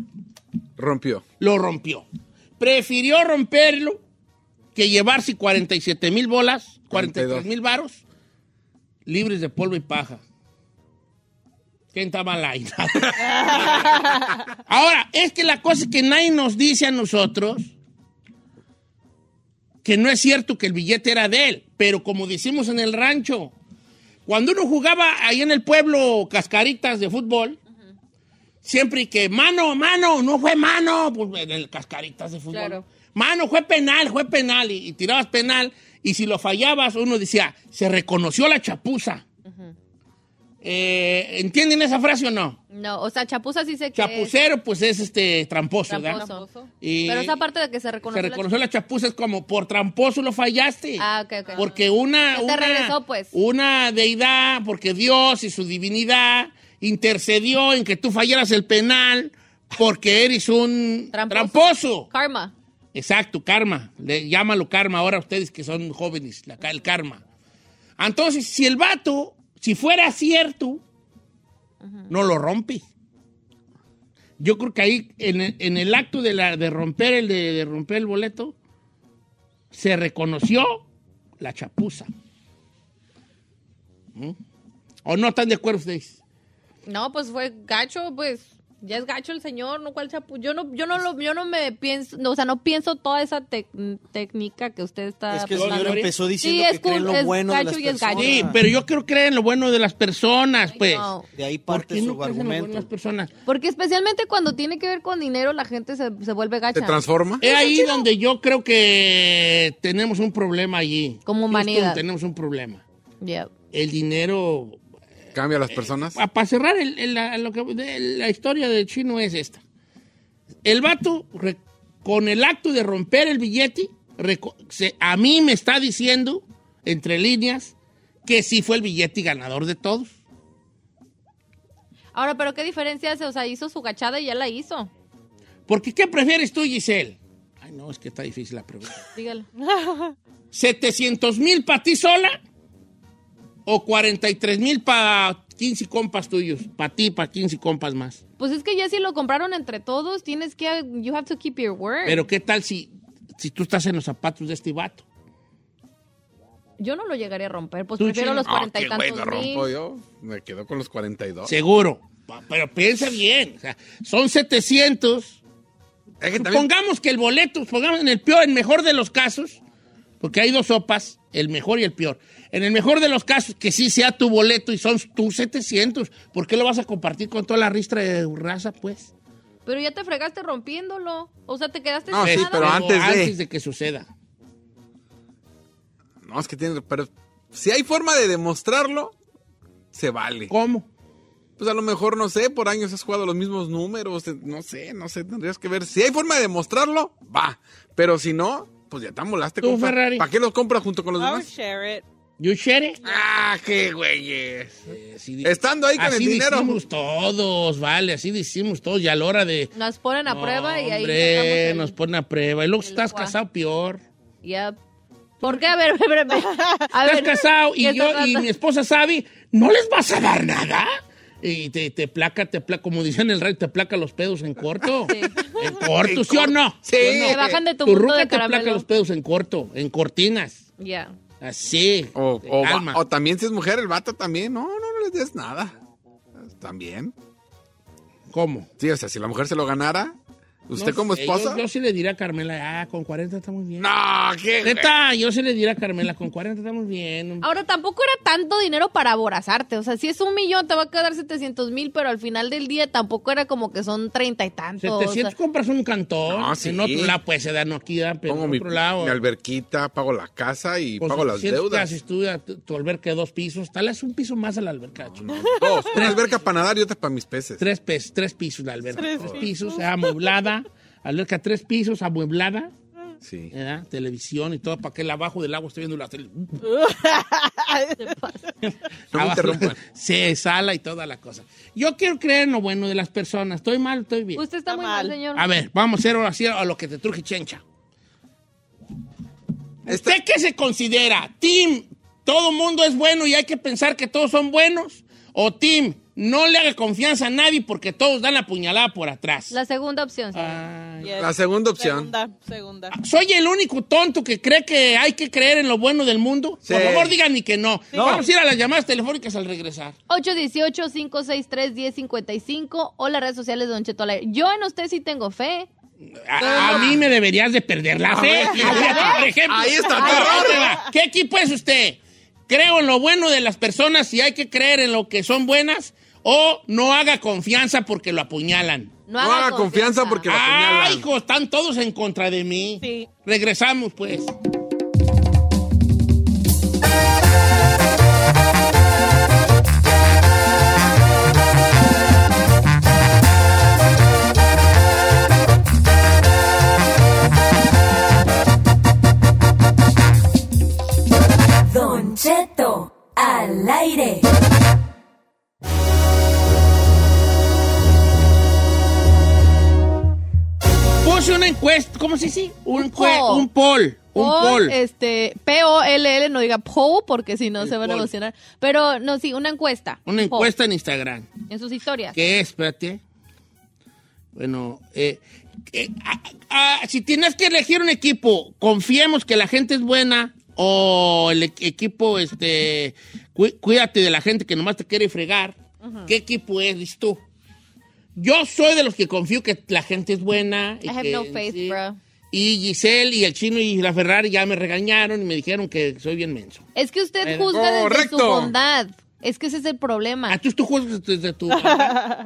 S5: Rompió.
S3: Lo rompió. Prefirió romperlo que llevarse 47 mil bolas, 43 mil varos, libres de polvo y paja. ¿Quién está mal ahí? Ahora, es que la cosa es que nadie nos dice a nosotros que no es cierto que el billete era de él, pero como decimos en el rancho, cuando uno jugaba ahí en el pueblo cascaritas de fútbol, siempre y que mano, mano, no fue mano, pues en el cascaritas de fútbol.
S6: Claro.
S3: Mano, fue penal, fue penal, y, y tirabas penal, y si lo fallabas, uno decía, se reconoció la chapuza. Eh, ¿Entienden esa frase o no?
S6: No, o sea, chapuza sí sé que
S3: Chapucero, pues es este tramposo,
S6: es
S3: ¿verdad?
S6: tramposo.
S3: Y-
S6: Pero esa parte de que se
S3: Se
S6: reconoce.
S3: reconoció la chapuza, es como por tramposo lo fallaste.
S6: Ah, ok, ok.
S3: Porque una,
S6: Que te
S3: una,
S6: regresó, pues.
S3: una deidad, porque Dios y su divinidad intercedió en que tú fallaras el penal porque eres un tramposo.
S6: Karma.
S3: Exacto, karma. Le, llámalo karma ahora ustedes que son jóvenes, la ca- el karma. Entonces, si el vato, si fuera cierto, no lo rompe. Yo creo que ahí, en el, en el acto de, la, de, romper el, de, de romper el boleto, se reconoció la chapuza. ¿Mm? ¿O no están de acuerdo ustedes?
S6: No, pues fue gacho, pues ya es gacho el señor, no cual chapu. Yo no yo no lo yo no me pienso, no, o sea, no pienso toda esa tec- técnica que usted está
S11: Es que el
S6: plasmando.
S11: señor empezó diciendo
S6: Sí,
S11: que
S6: es
S11: cree
S6: cool,
S11: en lo
S6: es
S11: bueno de
S6: gacho
S11: las
S6: y es gacho.
S11: personas.
S3: Sí, pero yo creo que creen lo bueno de las personas, pues.
S6: no.
S11: De ahí
S3: ¿Por
S11: parte
S3: qué no
S11: su
S3: creen en lo bueno de
S11: argumento.
S3: las personas?
S6: Porque especialmente cuando tiene que ver con dinero, la gente se, se vuelve gacha.
S3: Es ahí donde yo creo que tenemos un problema allí.
S6: Como
S3: Houston,
S6: humanidad.
S3: tenemos un problema.
S6: Yeah.
S3: El dinero... ah,
S5: Cambia a
S3: Eh,
S5: las personas.
S3: Para cerrar el- el- la, lo que- de- la historia del chino es esta. El vato, re- con el acto de romper el billete, reco- se- a mí me está diciendo, entre líneas, que sí fue el billete ganador de todos.
S6: Ahora, pero qué diferencia hace, o sea, hizo su gachada y ya la hizo.
S3: Porque ¿qué prefieres tú, Giselle? Ay, no, es que está difícil la pregunta.
S6: Dígalo.
S3: 700 mil para ti sola o 43 mil para 15 compas tuyos, para ti, para 15 compas más.
S6: Pues es que ya si lo compraron entre todos, tienes que you have to keep your word.
S3: Pero qué tal si, si tú estás en los zapatos de este vato.
S6: Yo no lo llegaré a romper, pues
S3: Tú,
S6: prefiero
S3: Chino.
S6: los
S3: Ah,
S6: cuarenta y
S3: qué bueno,
S6: tantos
S5: rompo
S6: mil.
S5: yo. Me quedo con los 42.
S3: Seguro. Pa- Pero piensa bien. o sea, son 700. Pongamos que el boleto, pongamos en el peor, en mejor de los casos, porque hay dos sopas, el mejor y el peor. En el mejor de los casos, que sí sea tu boleto y son tus 700, ¿por qué lo vas a compartir con toda la ristra de raza, pues?
S6: Pero ya te fregaste rompiéndolo. O sea, te quedaste
S5: No,
S6: sin
S5: sí,
S6: nada.
S5: pero antes de-
S3: que suceda.
S5: No, es que tiene. Pero si hay forma de demostrarlo, se vale.
S3: ¿Cómo?
S5: Pues a lo mejor, no sé, por años has jugado los mismos números. te- No sé, no sé, tendrías que ver. Si hay forma de demostrarlo, va. Pero si no, pues ya te amolaste.
S3: Tú,
S5: compa.
S3: Ferrari.
S5: ¿Para qué los compras junto con los
S10: I'll
S5: demás?
S10: share it.
S3: ¿You share it?
S5: ¡Ah, qué güeyes! Eh, Estando ahí con
S3: así
S5: el dinero.
S3: decimos todos, vale, así decimos todos. Y a la hora de.
S6: Nos ponen a prueba y ahí
S3: Hombre,
S6: sacamos
S3: nos pone a prueba. Y luego si estás
S6: cuá.
S3: casado, peor.
S6: el- Ya. ¿Por qué? A ver, a ver, a ver. A
S3: estás
S6: ver,
S3: casado y
S6: ¿qué
S3: yo
S6: se
S3: y
S6: trata?
S3: mi esposa Sabi, ¿no les vas a dar nada? Y te, te placa, te placa, como dicen el radio, te placa los pedos en corto. En corto, ¿sí o no?
S6: Sí.
S3: ¿Sí o no?
S6: Te bajan de tu
S3: Tu
S6: mundo
S3: ruca
S6: de
S3: te placa
S6: caramelo.
S3: los pedos en corto, en cortinas.
S6: Ya.
S3: Así.
S5: O, o va-
S3: Ah, calma.
S5: o también si es mujer, el vato también. No, no, no les des nada. También.
S3: ¿Cómo?
S5: Sí, o sea, si la mujer se lo ganara, usted
S3: No
S5: como
S3: sé,
S5: esposa.
S3: Yo, yo sí le diré a Carmela, ah, con 40 estamos bien.
S5: No, qué.
S3: Neta, yo sí le diré a Carmela, con 40 estamos bien.
S6: Ahora, tampoco era tanto dinero para aborazarte. O sea, si es un millón, te va a quedar 700 mil, pero al final del día tampoco era como que son treinta y tantos. o sea.
S3: 700 compras un cantón.
S5: No, sí.
S3: En otro lado, pues se dan aquí, dan, pero
S5: Pongo
S3: en
S5: mi,
S3: otro lado. Pues,
S5: mi alberquita, pago la casa y
S3: con
S5: pago las
S3: 700
S5: deudas.
S3: casi tú, a tu, tu alberca de dos pisos. Tal vez un piso más a la alberca. chulo.
S5: Dos, una alberca para nadar y otra para mis peces.
S3: Tres, pes- tres pisos la alberca.
S5: Tres
S3: Tres,
S5: pisos.
S3: pisos, Ah, amueblada. Alberca, tres pisos, amueblada.
S5: Sí.
S3: ¿verdad? Televisión y todo, para que el abajo del agua esté viendo la tele.
S5: No me
S3: Abajo-
S5: interrumpan.
S3: Sí, sala y toda la cosa. Yo quiero creer en lo bueno de las personas. ¿Estoy mal o estoy bien?
S6: Usted está, muy mal, señor.
S3: A ver, vamos a hacer ahora sí a lo que te truje chencha. ¿Usted qué se considera? ¿Team, todo mundo es bueno y hay que pensar que todos son buenos? ¿O team, no le haga confianza a nadie porque todos dan la puñalada por atrás?
S6: La segunda opción. señor.
S3: Ah,
S10: Yes.
S5: La segunda opción.
S10: Segunda, segunda.
S3: ¿Soy el único tonto que cree que hay que creer en lo bueno del mundo?
S5: Sí.
S3: Por favor, díganme que no.
S5: No.
S3: Vamos a ir a las llamadas telefónicas al regresar.
S6: 818-563-1055 o las redes sociales de Don Cheto al aire. Yo en usted sí tengo fe.
S3: A, a mí me deberías de perder la fe.
S5: ver,
S3: Fíjate,
S5: a ver.
S3: Por ejemplo,
S5: Ahí está,
S3: Ahí
S5: terror.
S3: te va. ¿Qué equipo es usted? ¿Creo en lo bueno de las personas y hay que creer en lo que son buenas? ¿O no haga confianza porque lo apuñalan?
S6: No haga
S5: haga confianza
S6: confianza.
S5: porque lo
S3: ¡Ay,
S5: apuñalan.
S3: hijo! Están todos en contra de mí.
S10: Sí.
S3: Regresamos, pues.
S12: Don Cheto, al aire.
S3: Puse una encuesta. ¿Cómo se dice? Un, cue-
S6: poll.
S3: un poll. Un
S6: Paul,
S3: poll.
S6: Este, P-O-L-L, no diga PO, porque si no se van a
S3: poll.
S6: emocionar. Pero, no, sí, una encuesta.
S3: Una
S6: Poll.
S3: encuesta en Instagram.
S6: En sus historias.
S3: ¿Qué es? Espérate. Bueno, eh, eh, ah, ah, si tienes que elegir un equipo, confiemos que la gente es buena o el e- equipo, este, cu- cuídate de la gente que nomás te quiere fregar. ¿Qué equipo es, dices tú? Yo soy de los que confío que la gente es buena. y
S6: I have
S3: que-
S6: no faith,
S3: sí.
S6: bro.
S3: Y Giselle y el chino y la Ferrari ya me regañaron y me dijeron que soy bien menso.
S6: Es que usted
S3: Eh,
S6: juzga desde
S3: correcto.
S6: su bondad. Es que ese es el problema.
S3: Entonces tú juzgas desde tu...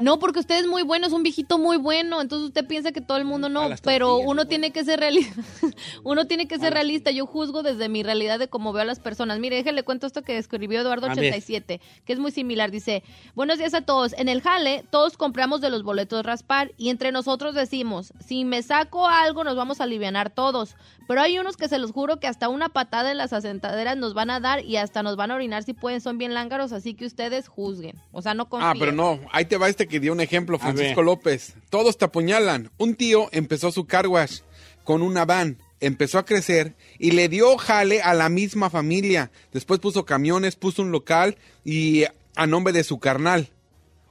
S6: No, porque usted es muy bueno, es un viejito muy bueno, entonces usted piensa que todo el mundo no,
S3: las
S6: pero uno tiene que ser realista. uno tiene que ser realista, yo juzgo desde mi realidad de cómo veo a las personas. Mire, déjale cuento esto que escribió Eduardo
S12: A ver.
S6: 87, que es muy similar, dice, "Buenos días a todos. En el jale todos compramos de los boletos raspar y entre nosotros decimos, si me saco algo nos vamos a alivianar todos, pero hay unos que se los juro que hasta una patada en las asentaderas nos van a dar y hasta nos van a orinar si pueden, son bien lángaros, así que ustedes juzguen." O sea, no confíen.
S5: Ah, pero no, ahí te va este que dio un ejemplo, Francisco
S3: ver.
S5: López. Todos te apuñalan. Un tío empezó su car wash con una van, empezó a crecer y le dio jale a la misma familia. Después puso camiones, puso un local y a nombre de su carnal.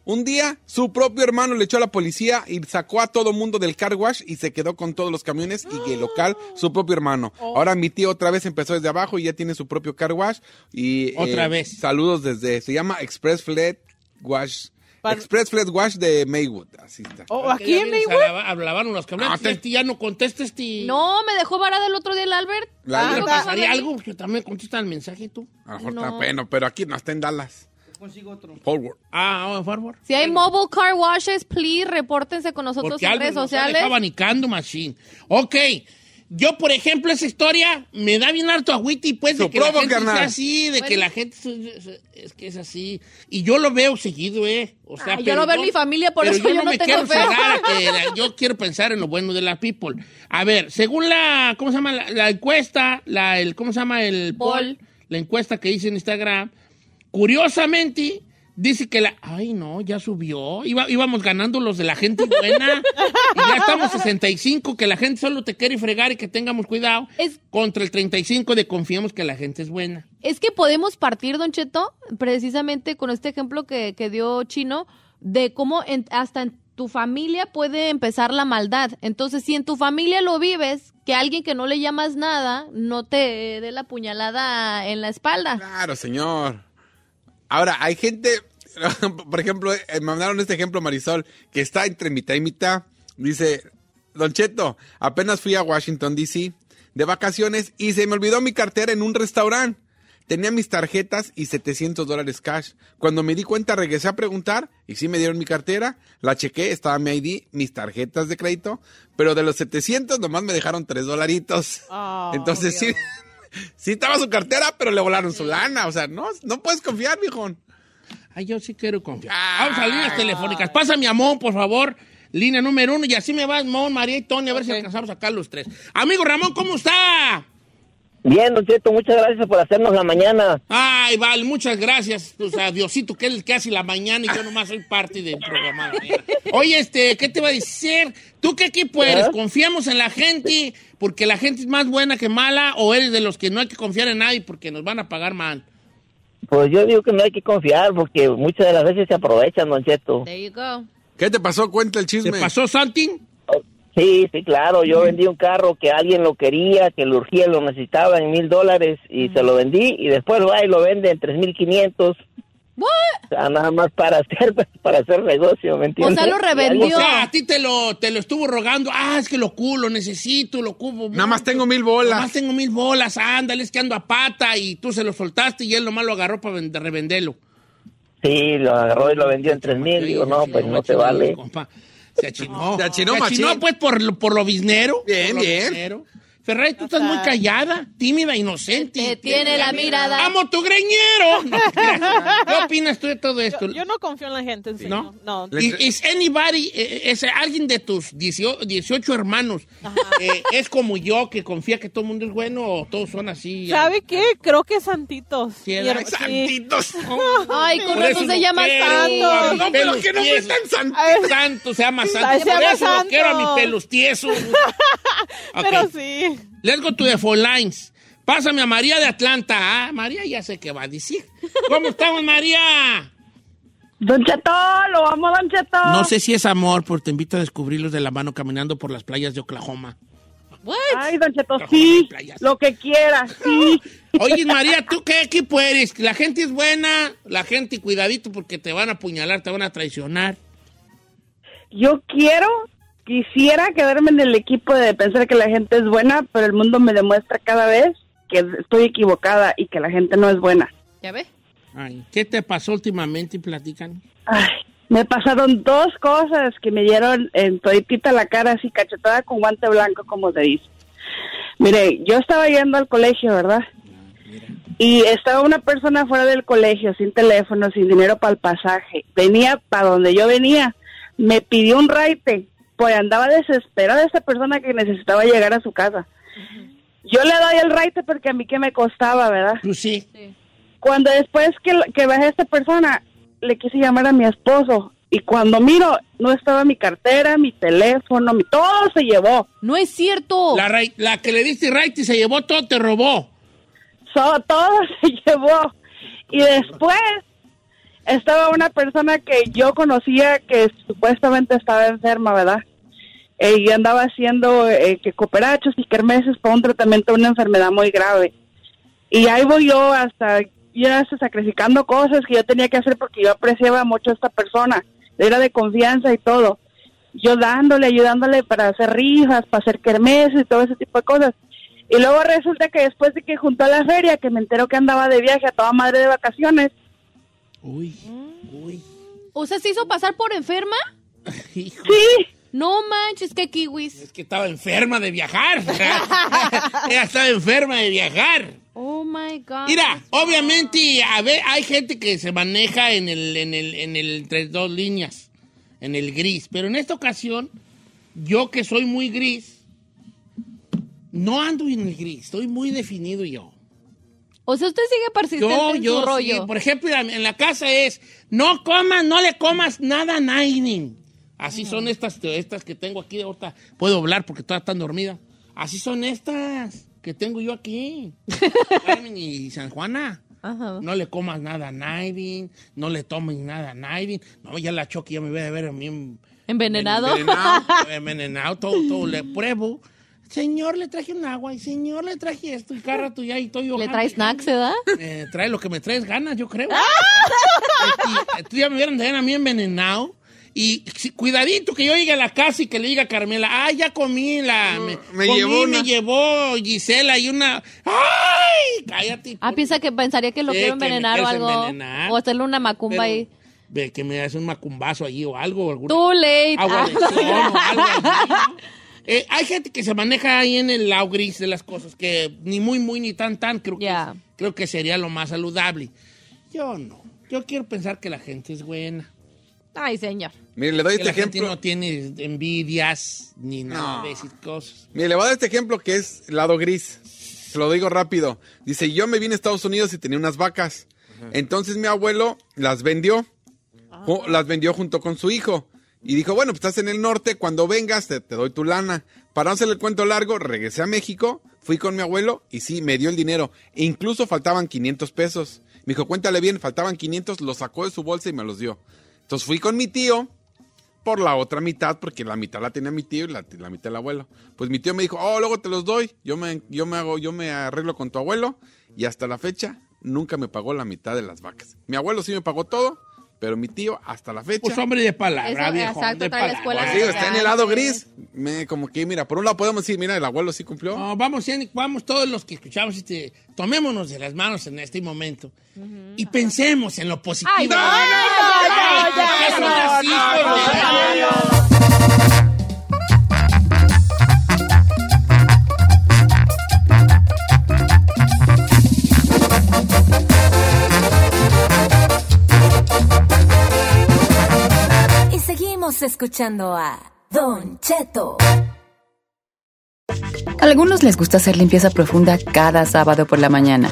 S5: Un día, su propio hermano le echó a la policía y sacó a todo mundo del car wash y se quedó con todos los camiones y el local, su propio hermano. Ahora mi tío otra vez empezó desde abajo y ya tiene su propio car wash. Y,
S3: Otra vez.
S5: Eh, Saludos desde, se llama Express Flat Wash. Express Flat Wash de Maywood, así está. Ah,
S3: ¿O Oh, aquí en Hablaban los camiones. Este ya no contesta este.
S6: No, me dejó varada el otro día el Albert. Ah,
S5: La-
S6: Algo
S5: ¿Le
S6: pasó
S3: pasaría
S6: ahí.
S3: algo? Yo también contesta el mensaje tú.
S5: A lo mejor
S6: No.
S5: está bueno, pero aquí no está en Dallas.
S11: Consigo otro.
S5: Forward.
S3: Ah, en Forward.
S6: Si hay mobile car washes, please, repórtense con nosotros
S3: Porque
S6: en
S3: algo
S6: redes
S3: nos ha
S6: sociales.
S3: dejado abanicando, machine. Ok. Yo, por ejemplo, esa historia me da bien harto agüita y pues de que la
S5: Soprobo,
S3: gente
S5: carnal.
S3: sea así, de que
S6: Bueno.
S3: la gente se- se- es que es así. Y yo lo veo seguido, ¿eh? O sea,
S6: Ay, Ah, yo
S3: pero
S6: lo veo en mi familia, por
S3: pero
S6: eso yo
S3: no
S6: no
S3: me
S6: tengo
S3: quiero
S6: fe.
S3: cerrar a que la- yo quiero pensar en lo bueno de la people. A ver, según la, ¿cómo se llama? La, la encuesta, la, el, ¿cómo se llama? El poll, la encuesta que hice en Instagram, curiosamente, dice que la, ay no, ya subió, Iba- íbamos ganando los de la gente buena, y ya estamos 65, que la gente solo te quiere fregar y que tengamos cuidado, contra el 35 de confiamos que la gente es buena.
S6: Es que podemos partir, Don Cheto, precisamente con este ejemplo que, que dio Chino, de cómo en- hasta en tu familia puede empezar la maldad. Entonces, si en tu familia lo vives, que alguien que no le llamas nada no te eh, dé la puñalada en la espalda.
S5: Claro, señor. Ahora, hay gente, por ejemplo, eh, me mandaron este ejemplo, Marisol, que está entre mitad y mitad. Dice, Don Cheto, apenas fui a Washington, D.C. de vacaciones y se me olvidó mi cartera en un restaurante. Tenía mis tarjetas y 700 dólares cash. Cuando me di cuenta, regresé a preguntar y sí me dieron mi cartera. La chequé, estaba mi ID, mis tarjetas de crédito. Pero de los 700, nomás me dejaron 3 dolaritos. Entonces sí, sí estaba su cartera, pero le volaron su lana. O sea, no, no puedes confiar, mijón.
S3: Ay, yo sí quiero confiar. Vamos a líneas telefónicas. Pásame a Mon, por favor. Línea número uno. Y así me vas, Mon, María y Tony, a ver si alcanzamos a sacar los tres. Amigo Ramón, ¿cómo está?
S13: Bien, Don Cheto, muchas gracias por hacernos la mañana.
S3: Ay, Val, muchas gracias. Pues a Diosito, que es el que hace la mañana y yo nomás soy parte del programa. Oye, este, ¿qué te va a decir? ¿Tú qué equipo eres?
S13: ¿Ah?
S3: ¿Confiamos en la gente porque la gente es más buena que mala o eres de los que no hay que confiar en nadie porque nos van a pagar mal?
S13: Pues yo digo que no hay que confiar porque muchas de las veces se aprovechan, Don Cheto.
S6: There you go.
S5: ¿Qué te pasó? Cuenta el chisme.
S3: ¿Te pasó something?
S13: Sí, sí, claro. Yo vendí un carro que alguien lo quería, que le urgía, lo necesitaba en mil dólares y se lo vendí y después va y lo vende en tres mil quinientos. O sea, nada más para hacer, para hacer negocio, ¿me entiendes?
S3: O sea, a ti te lo, te lo estuvo rogando. Ah, es que lo culo, lo necesito, lo cubo.
S5: Nada más tengo mil bolas.
S3: Nada más tengo mil bolas. Ándale, es que ando a pata y tú se lo soltaste y él nomás lo agarró para vend- revenderlo.
S13: Sí, lo agarró y lo vendió en tres mil. Digo, no, pues no te vale.
S3: Se achinó.
S13: Se achinó,
S3: Se
S13: machín.
S3: pues, por, lo- por lo bisnero.
S13: Bien,
S3: Por lo
S13: bien.
S3: biznero. Ferrari, tú estás muy callada, tímida, inocente.
S6: Te tiene la mirada.
S3: ¡Amo tu greñero! No, gracias. ¿Qué opinas tú de todo esto?
S10: Yo no confío en la gente, en sí.
S3: ¿No?
S10: No, no.
S3: ¿Y- ¿Es anybody, eh, es alguien de tus 18, 18 hermanos, eh, es como yo que confía que todo el mundo es bueno o todos son así?
S10: ¿Sabe qué? Creo que santitos.
S3: ¿verdad?
S10: Mi her- sí.
S3: Santitos.
S10: Ay, con
S3: Por
S10: razón
S3: eso
S10: se
S3: lo
S10: llama
S3: quiero,
S10: santo.
S3: a mis
S10: No, pero
S3: pelos
S10: que no fue
S3: tiesos.
S10: tan santo.
S3: Santo, se llama
S10: Se
S3: santo. Por
S10: llama
S3: eso lo
S10: santo.
S3: quiero a mis pelos tiesos. Ok.
S10: Pero sí.
S3: Let's go to the phone lines. Pásame a María de Atlanta. Ah, María ya sé qué va a decir. ¿Cómo estamos, María?
S14: Don Cheto, lo amo, Don Cheto.
S3: No sé si es amor, pero te invito a descubrirlos de la mano caminando por las playas de Oklahoma.
S14: Ay, Don Cheto, sí, lo que quiera, sí.
S3: Oye, María, ¿tú qué equipo eres? La gente es buena, la gente cuidadito porque te van a apuñalar, te van a traicionar.
S14: Yo quiero, quisiera quedarme en el equipo de pensar que la gente es buena, pero el mundo me demuestra cada vez que estoy equivocada y que la gente no es buena.
S6: ¿Ya ve?
S3: Ay, ¿Qué te pasó últimamente? Platican.
S14: Me pasaron dos cosas que me dieron en toditita la cara así cachetada con guante blanco, como se dice. Mire, yo estaba yendo al colegio, ¿verdad? Y estaba una persona fuera del colegio, sin teléfono, sin dinero para el pasaje. Venía para donde yo venía. Me pidió un raite, pues andaba desesperada esa persona que necesitaba llegar a su casa. Yo le doy el raite porque a mí que me costaba, ¿verdad?
S3: sí.
S14: Cuando después que, que bajé a esta persona, le quise llamar a mi esposo. Y cuando miro, no estaba mi cartera, mi teléfono, mi todo se llevó.
S6: No es cierto.
S3: La, ra- la que le diste right y se llevó todo, te robó.
S14: So- todo se llevó. Y después, estaba una persona que yo conocía que supuestamente estaba enferma, ¿verdad? Eh, y andaba haciendo eh, que cooperachos y kermeses para un tratamiento de una enfermedad muy grave. Y ahí voy yo hasta, ya hasta sacrificando cosas que yo tenía que hacer porque yo apreciaba mucho a esta persona, era de confianza y todo. Yo dándole, ayudándole para hacer rifas, para hacer kermeses y todo ese tipo de cosas. Y luego resulta que después de que juntó a la feria, que me entero que andaba de viaje a toda madre de vacaciones,
S6: ¿Usted se hizo pasar por enferma?
S14: Sí.
S6: No manches, qué kiwis.
S3: Es que estaba enferma de viajar. Ella estaba enferma de viajar.
S6: Oh my God.
S3: Mira, obviamente, a ver, hay gente que se maneja en el, en el, en el entre dos líneas, en el gris. Pero en esta ocasión, yo que soy muy gris, no ando en el gris, estoy muy definido yo.
S6: O sea, usted sigue persistente en su rollo.
S3: sí, por ejemplo, en en la casa es, no comas, no le comas nada a nadie. Así son
S6: Ah.
S3: estas, estas que tengo aquí ahorita. Puedo hablar porque todas están dormidas. Así son estas que tengo yo aquí. Carmen y San Juana. No le comas nada a Naivin, no le tomen nada a Naivin. No, ya la choque, ya me voy a ver a mí en-
S6: Envenenado.
S3: envenenado, envenenado, todo, todo, le pruebo. Señor, le traje un agua y señor, le traje esto y carra tuya y estoy yo.
S6: ¿Le trae snacks, ¿verdad? Ah.
S3: Eh, trae lo que me traes ganas, yo creo. Y, eh, tú ya me vieron también a mí envenenado. Y si- cuidadito que yo llegue a la casa y que le diga a Carmela, ah, ya comí la... Me,
S5: me
S3: comí,
S5: llevó
S3: me
S5: una".
S3: llevó Gisela y una... ¡Ay! Cállate.
S6: Ah, piensa que pensaría que lo
S3: Sí,
S6: quiero
S3: que me
S6: envenenar o
S3: quieres
S6: algo.
S3: envenenar.
S6: O hacerle una macumba
S3: Pero-
S6: ahí.
S3: Ve que me hace un macumbazo allí o algo. alguna-
S6: Too late.
S3: agua de
S6: Ah,
S3: sol o algo allí, ¿no? Eh, hay gente que se maneja ahí en el lado gris de las cosas, que ni muy, muy, ni tan, tan, creo, que, creo que sería lo más saludable. Yo no. Yo quiero pensar que la gente es buena.
S6: Ay, señor.
S5: Mire, le doy
S3: que
S5: este
S3: la gente
S5: ejemplo.
S3: no tiene envidias ni nada
S5: No.
S3: de esas cosas.
S5: Mire, le voy a dar este ejemplo que es lado gris. Se lo digo rápido. Dice, yo me vine a Estados Unidos y tenía unas vacas. Entonces mi abuelo las vendió. Ju- Las vendió junto con su hijo. Y dijo, bueno, pues estás en el norte, cuando vengas te, te doy tu lana. Para no hacerle el cuento largo, regresé a México, fui con mi abuelo y sí, me dio el dinero. E incluso faltaban 500 pesos. Me dijo, cuéntale bien, faltaban 500, los sacó de su bolsa y me los dio. Entonces fui con mi tío, por la otra mitad, porque la mitad la tenía mi tío y la, la mitad el abuelo. Pues mi tío me dijo, oh, luego te los doy, yo me, yo me hago, yo me arreglo con tu abuelo, y hasta la fecha nunca me pagó la mitad de las vacas. Mi abuelo sí me pagó todo, pero mi tío hasta la fecha.
S3: Pues hombre de palabra,
S6: Eso, viejo, exacto, de trae la palabra. escuela
S5: Pues digo, está en el lado
S6: grande.
S5: gris. Me, como que, mira, por un lado podemos decir, mira, el abuelo sí cumplió.
S3: No, vamos, en- vamos todos los que escuchamos este, tomémonos de las manos en este momento y pensemos en lo positivo.
S5: Ay, no,
S3: Ay,
S5: no, no,
S3: ¿por
S5: no,
S3: qué son
S5: no,
S3: así,
S5: no,
S3: hijo de-
S12: Y seguimos escuchando a Don Cheto.
S15: Algunos les gusta hacer limpieza profunda cada sábado por la mañana.